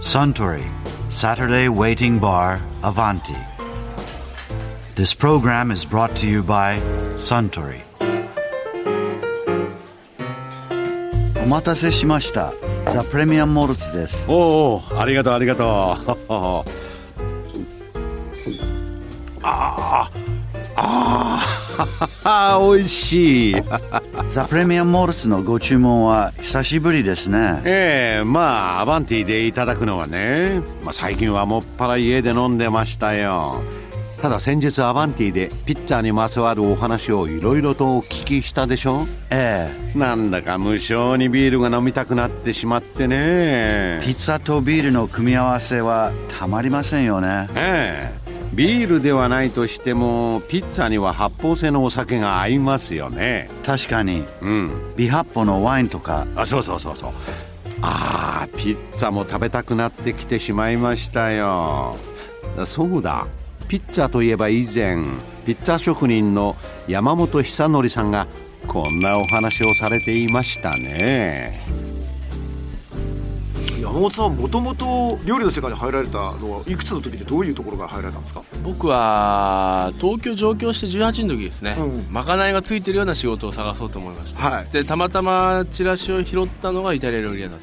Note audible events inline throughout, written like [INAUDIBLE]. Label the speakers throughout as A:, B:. A: Suntory, Saturday Waiting Bar, Avanti. This program is brought to you by Suntory. お待たせしました。ザ・プレミアム・モルツです。
B: おうおうありがとう [LAUGHS] ありがとうああああ [LAUGHS] 美味しい
A: ザ・プレミアム・モルツのご注文は久しぶりですね。
B: ええまあアバンティでいただくのはね、まあ、最近はもっぱら家で飲んでましたよただ先日アバンティでピッツァにまつわるお話をいろいろとお聞きしたでしょ
A: え
B: なんだか無性にビールが飲みたくなってしまってね
A: え、ピッツァとビールの組み合わせはたまりませんよね。
B: ええビールではないとしてもピッツァには発泡性のお酒が合いますよね
A: 確かに、
B: うん
A: 微発泡のワインとか、
B: あそうそうそうそうああピッツァも食べたくなってきてしまいましたよそうだピッツァといえば以前ピッツァ職人の山本久則さんがこんなお話をされていましたね
C: 山本さんはもともと料理の世界に入られたのはいくつの時でどういうところから入られたんですか
D: 僕は東京上京して18の時ですね、
C: うん
D: まかないがついてるような仕事を探そうと思いました
C: はい
D: でたまたまチラシを拾ったのがイタリア料理屋だっ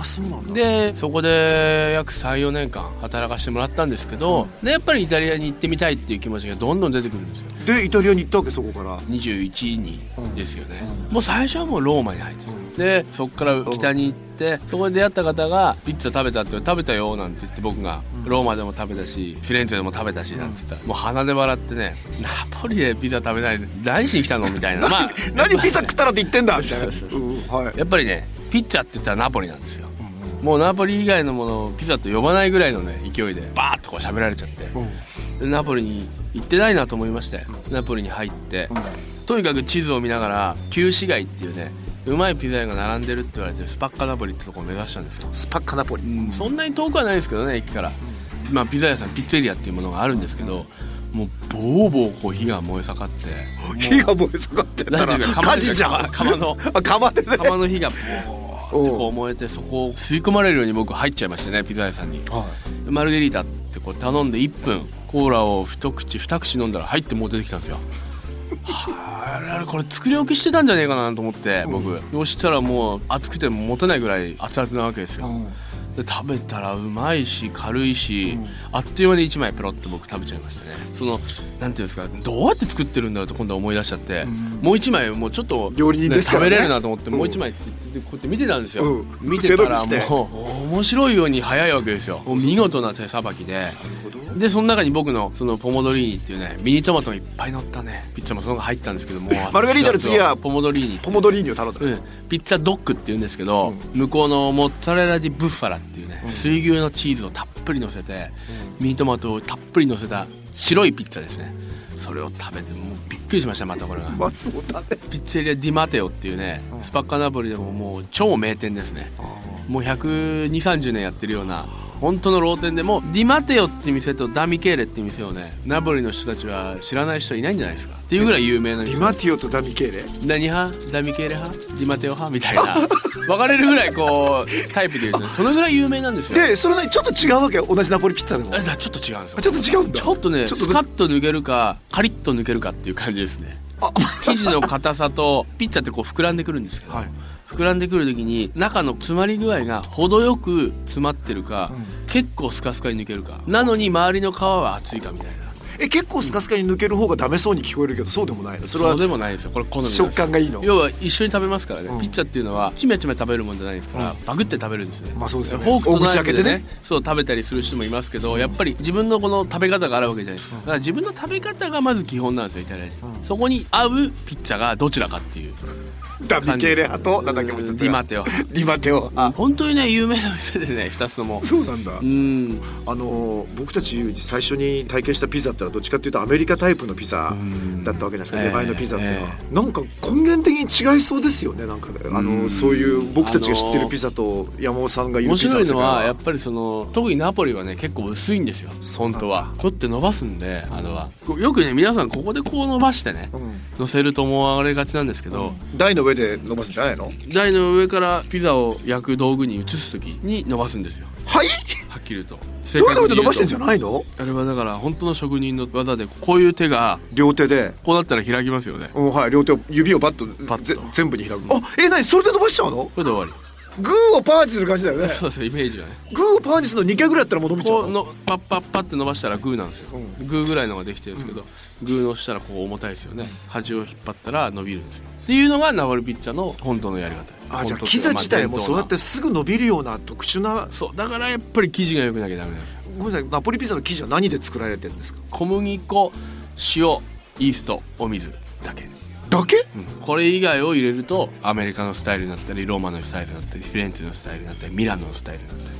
C: あそうなん
D: た
C: だ
D: でそこで約34年間働かせてもらったんですけど、でやっぱりイタリアに行ってみたいっていう気持ちがどんどん出てくるんですよ
C: でイタリアに行ったわけそこ
D: [LAUGHS]
C: から
D: 21にですよね、
C: うん
D: もう最初はもうローマに入ってた、でそこから北に行ってそこで出会った方が「ピッツァ食べた」って言われて「食べたよ」なんて言って僕がローマでも食べたしフィレンツェでも食べたしなんて言ったらもう鼻で笑ってね「ナポリでピザ食べないで何しに来たの?」みたいなまあ
C: [LAUGHS] 何ピザ食ったらって言ってんだみたいな、うんはい
D: やっぱりねピッツァって言ったらナポリなんですよもうナポリ以外のものをピザと呼ばないぐらいのね勢いでバーッとこう喋られちゃってでナポリに行ってないなと思いましてナポリに入ってとにかく地図を見ながら旧市街っていうねうまいピザ屋が並んでるって言われてるスパッカナポリってとこを目指したんですよ
C: スパッカナポリ、
D: そんなに遠くはないですけどね駅から、まあ、ピザ屋さんピッツェリアっていうものがあるんですけどもうボーボーこう火が燃え盛って
C: 火が燃え盛ってた
D: な
C: ら
D: んていうか釜
C: 火
D: です
C: 事
D: よ
C: じゃん
D: 釜の
C: あ釜でね
D: 釜の火がボーってこう燃えてそこを吸い込まれるように僕入っちゃいましたねピザ屋さんにマルゲリータってこう頼んで1分コーラを一口二口飲んだら入ってもう出てきたんですよはああれこれ作り置きしてたんじゃねえかなと思って僕、そしたらもう熱くても持てないぐらい熱々なわけですよ、で食べたらうまいし軽いし、あっという間に1枚ペロッと僕食べちゃいましたねそのなんていうんですかどうやって作ってるんだろうと今度は思い出しちゃって、もう1枚もうちょっと
C: 料理人ですからね
D: 食べれるなと思ってもう1枚ついててこうやって見てたんですよ、
C: うん
D: 見てたら
C: 背伸びして
D: もう面白いように早いわけですよもう見事な手さばきででその中に僕のそのポモドリーニっていうねミニトマトがいっぱい乗ったねピッツァもその中入ったんですけども
C: マルゲリータの次は
D: ポモドリーニ
C: ポモドリーニを頼んだ、
D: うん、ピッツァドッグっていうんですけど、向こうのモッツァレラ・ディ・ブッファラっていうね、水牛のチーズをたっぷり乗せて、ミニトマトをたっぷり乗せた白いピッツァですねそれを食べてもうびっくりしましたまたこれが
C: まあそうだね
D: ピッツェリア・ディ・マテオっていうねスパッカナポリでももう超名店ですねもう1 2 3 0年やってるような本当の老店でもディマテオって店とダミケーレって店をねナポリの人たちは知らない人いないんじゃないですかっていうぐらい有名な
C: デ
D: 店
C: ィマティオとダミケーレ
D: 何派ダミケーレ派ディマテオ派みたいな分かれるぐらいこうタイプで言うとねそのぐらい有名なんですよ
C: でそれなりにちょっと違うわけ同じナポリピッツァでも
D: あだちょっと違うんですよ
C: あちょっと違うんだ
D: ちょっとね
C: ちょっ
D: ス
C: と
D: カッと抜けるかカリッと抜けるかっていう感じですね
C: あ
D: 生地の硬さとピッツァってこう膨らんでくるんですけど、
C: はい
D: 膨らんでくる時に中の詰まり具合が程よく詰まってるか、結構スカスカに抜けるかなのに周りの皮は厚いかみたいな
C: え結構スカスカに抜ける方がダメそうに聞こえるけどそうでもないのそ
D: そ
C: れは
D: うでもないですよこれ好みなんですよ
C: 食感がいいの
D: 要は一緒に食べますからね、
C: うん
D: ピッツァっていうのはちめちめ食べるもんじゃないですから、バグって食べるんですよね,、
C: まあそうですよね
D: フォークとナイ
C: 大口
D: フでね
C: 開けて
D: そう食べたりする人もいますけどやっぱり自分のこの食べ方があるわけじゃないですかだから自分の食べ方がまず基本なんですよイタリア人、そこに合うピッツァがどちらかっていう
C: ダミケーレ派となんだっけもう一つが
D: ディマテオ
C: リバテオあ
D: 本当にね有名な店でね2つとも
C: そうなんだ
D: うん
C: あのー僕たち最初に体験したピザってのはどっちかっていうとアメリカタイプのピザだったわけじゃないですか
D: ええ
C: 出前のピザっていうのは、
D: え
C: なんか根源的に違いそうですよねなんかねあのーそういう僕たちが知ってるピザと山本さんが言う
D: 面
C: ピザ
D: 白いのはや
C: 世
D: っぱりその特にナポリはね結構薄いんですよ本当はこうやって伸ばすんであのはよくね皆さんここでこう伸ばしてね
C: 界は
D: 乗せると思われがちなんですけ
C: う
D: ど、
C: ん台の上で伸ばすんじゃないの
D: 台の上からピザを焼く道具に移す時に伸ばすんですよ
C: はい
D: はっきり言うと
C: ど
D: 正
C: ういうこと
D: に
C: で
D: 言
C: 伸
D: う
C: ばしてんじゃないの
D: あれはだから本当の職人の技でこういう手が
C: 両手で
D: こうなったら開きますよね
C: うんはい両手を指をバッと
D: パッと
C: ぜ全部に開くあえ何それで伸ばしちゃうの
D: これで終わり
C: グーをパーにする感じだよね
D: そうですねイメージがね
C: グーをパーにするの2回ぐらいやったらもう伸びちゃ
D: こう
C: うの
D: のパッパッパッって伸ばしたらグーなんですよ、グーぐらいのができてるんですけど、グーのしたらこう重たいですよね端を引っ張ったら伸びるんですよっていうのがナワルピッチャーの本当のやり方
C: あじゃあ
D: 本当って
C: キ
D: いうか
C: ザ自体もそうやっ
D: ま
C: てすぐ伸びるような特殊な
D: あそうだからやっぱり生地が良くなきゃダメなんですよ
C: ごめんなさいナポリピザの生地は何で作られてるんですか
D: 小麦粉塩イーストお水だけ
C: だけ
D: これ以外を入れるとアメリカのスタイルになったりローマのスタイルになったりフィレンツェのスタイルになったりミラノのスタイルになったり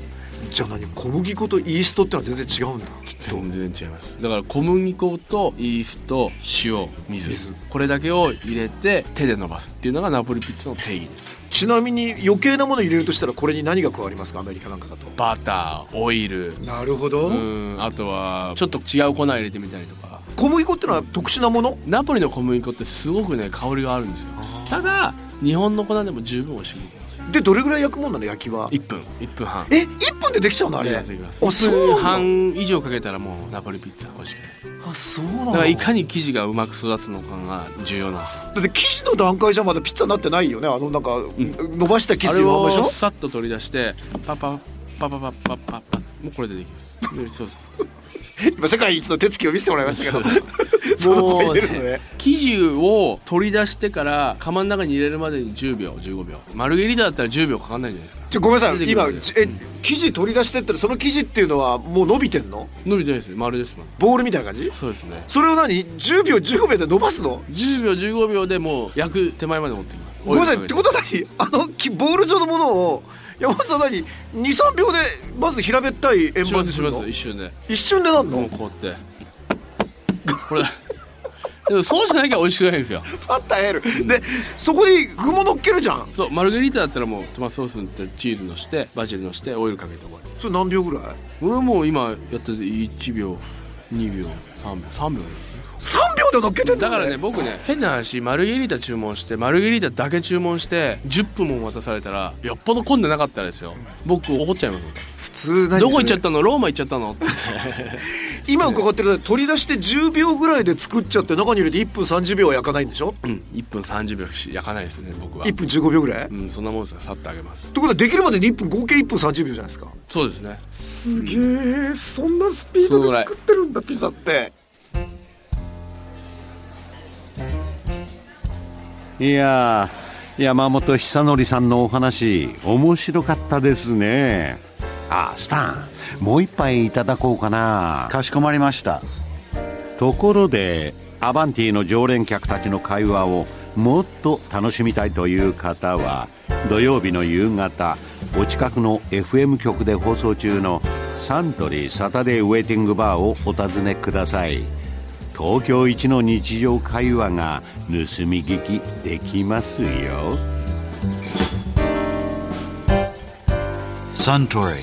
C: じゃあ何小麦粉とイーストってのは全然違うんだきっと
D: 全然違いますだから小麦粉とイースト塩水
C: 水
D: これだけを入れて手で伸ばすっていうのがナポリピッツァの定義です
C: ちなみに余計なもの入れるとしたらこれに何が加わりますかアメリカなんかだと
D: バターオイル
C: なるほど
D: うんあとはちょっと違う粉入れてみたりとか
C: 小麦粉ってのは特殊なもの
D: ナポリの小麦粉ってすごくね香りがあるんですよただ日本の粉でも十分美味しくできますよ
C: でどれぐらい焼くもんなの焼きは
D: 1分1分半
C: え一1分でできちゃうのあれ
D: で
C: あ
D: できます
C: そ
D: 1
C: う
D: 分
C: なの
D: 半以上かけたらもうナポリピッツァ美味しくない
C: あそうな
D: だ
C: の
D: からいか
C: に
D: に生地がうまく育つのかが重要なんですよ
C: だって生地の段階じゃまだピッツァになってないよねあのなんか、伸ばした生地
D: あれ
C: のまんまでし
D: [LAUGHS] を
C: ょ
D: さっと取り出してパパパパパパパパもうこれでできますでそうです
C: 今世界一の手つきを見せてもらいましたけど [LAUGHS] そのまま
D: もう
C: 入れるのね
D: ね生地を取り出してから釜の中に入れるまでに10秒15秒マルゲリータだったら10秒かかんないじゃないですか
C: ちょごめんなさ
D: 出
C: い
D: てく
C: 今
D: るんで
C: じえ生地取り出してったらその生地っていうのはもう伸びてんの
D: 伸びてないですよ丸ですもん
C: ボールみたいな感じ
D: そうですね
C: それを何10秒15秒で伸ばすの
D: 10秒15秒でもう焼く手前まで持ってきます
C: ごめんなさいってこととは何あのきボール状のものを山本さん何23秒でまず平べったい円
D: し
C: 盤
D: ま
C: に
D: す
C: す
D: し
C: る
D: ま
C: の
D: す一瞬で
C: 一瞬でなん
D: もう
C: の
D: こうやってこれでもそうしなきゃ美味しくないんですよ
C: パッと入るでそこに具も乗っけるじゃん
D: そうマルゲリータだったらもうトマトソースにってチーズのしてバジルのしてオイルかけて終わり
C: それ何秒ぐらい
D: 俺もう今やってて1秒2秒3秒3秒
C: 3秒で乗っけてん
D: だ
C: だ
D: からね僕ね変な話マルゲリータ注文してマルゲリータだけ注文して10分も待たされたらよっぽど混んでなかったらですよ僕怒っちゃいます
C: 普通何
D: どこ行っちゃっ
C: った
D: のローマ行っちゃったのって言って
C: 今伺ってる取り出して10秒ぐらいで作っちゃって中に入れて1分30秒は焼かないんでしょ
D: うん1分30秒し焼かないですね僕は
C: 1分15秒ぐらい、っ
D: う
C: て
D: んそんなもんですよさっとあげます
C: ことはできるまでに1分合計1分30秒じゃないですか
D: そうですね
C: すげえそんなスピー
D: ドで作
C: ってるんだピザって
B: いやー山本久則さんのお話面白かったですねあスタンもう一杯いただこうかな
A: かしこまりました
B: ところでアバンティの常連客たちの会話をもっと楽しみたいという方は土曜日の夕方お近くの FM 局で放送中のサントリーサタデーウェイティングバーをお尋ねください東京一の日常会話が盗み聞きできますよ
A: Suntory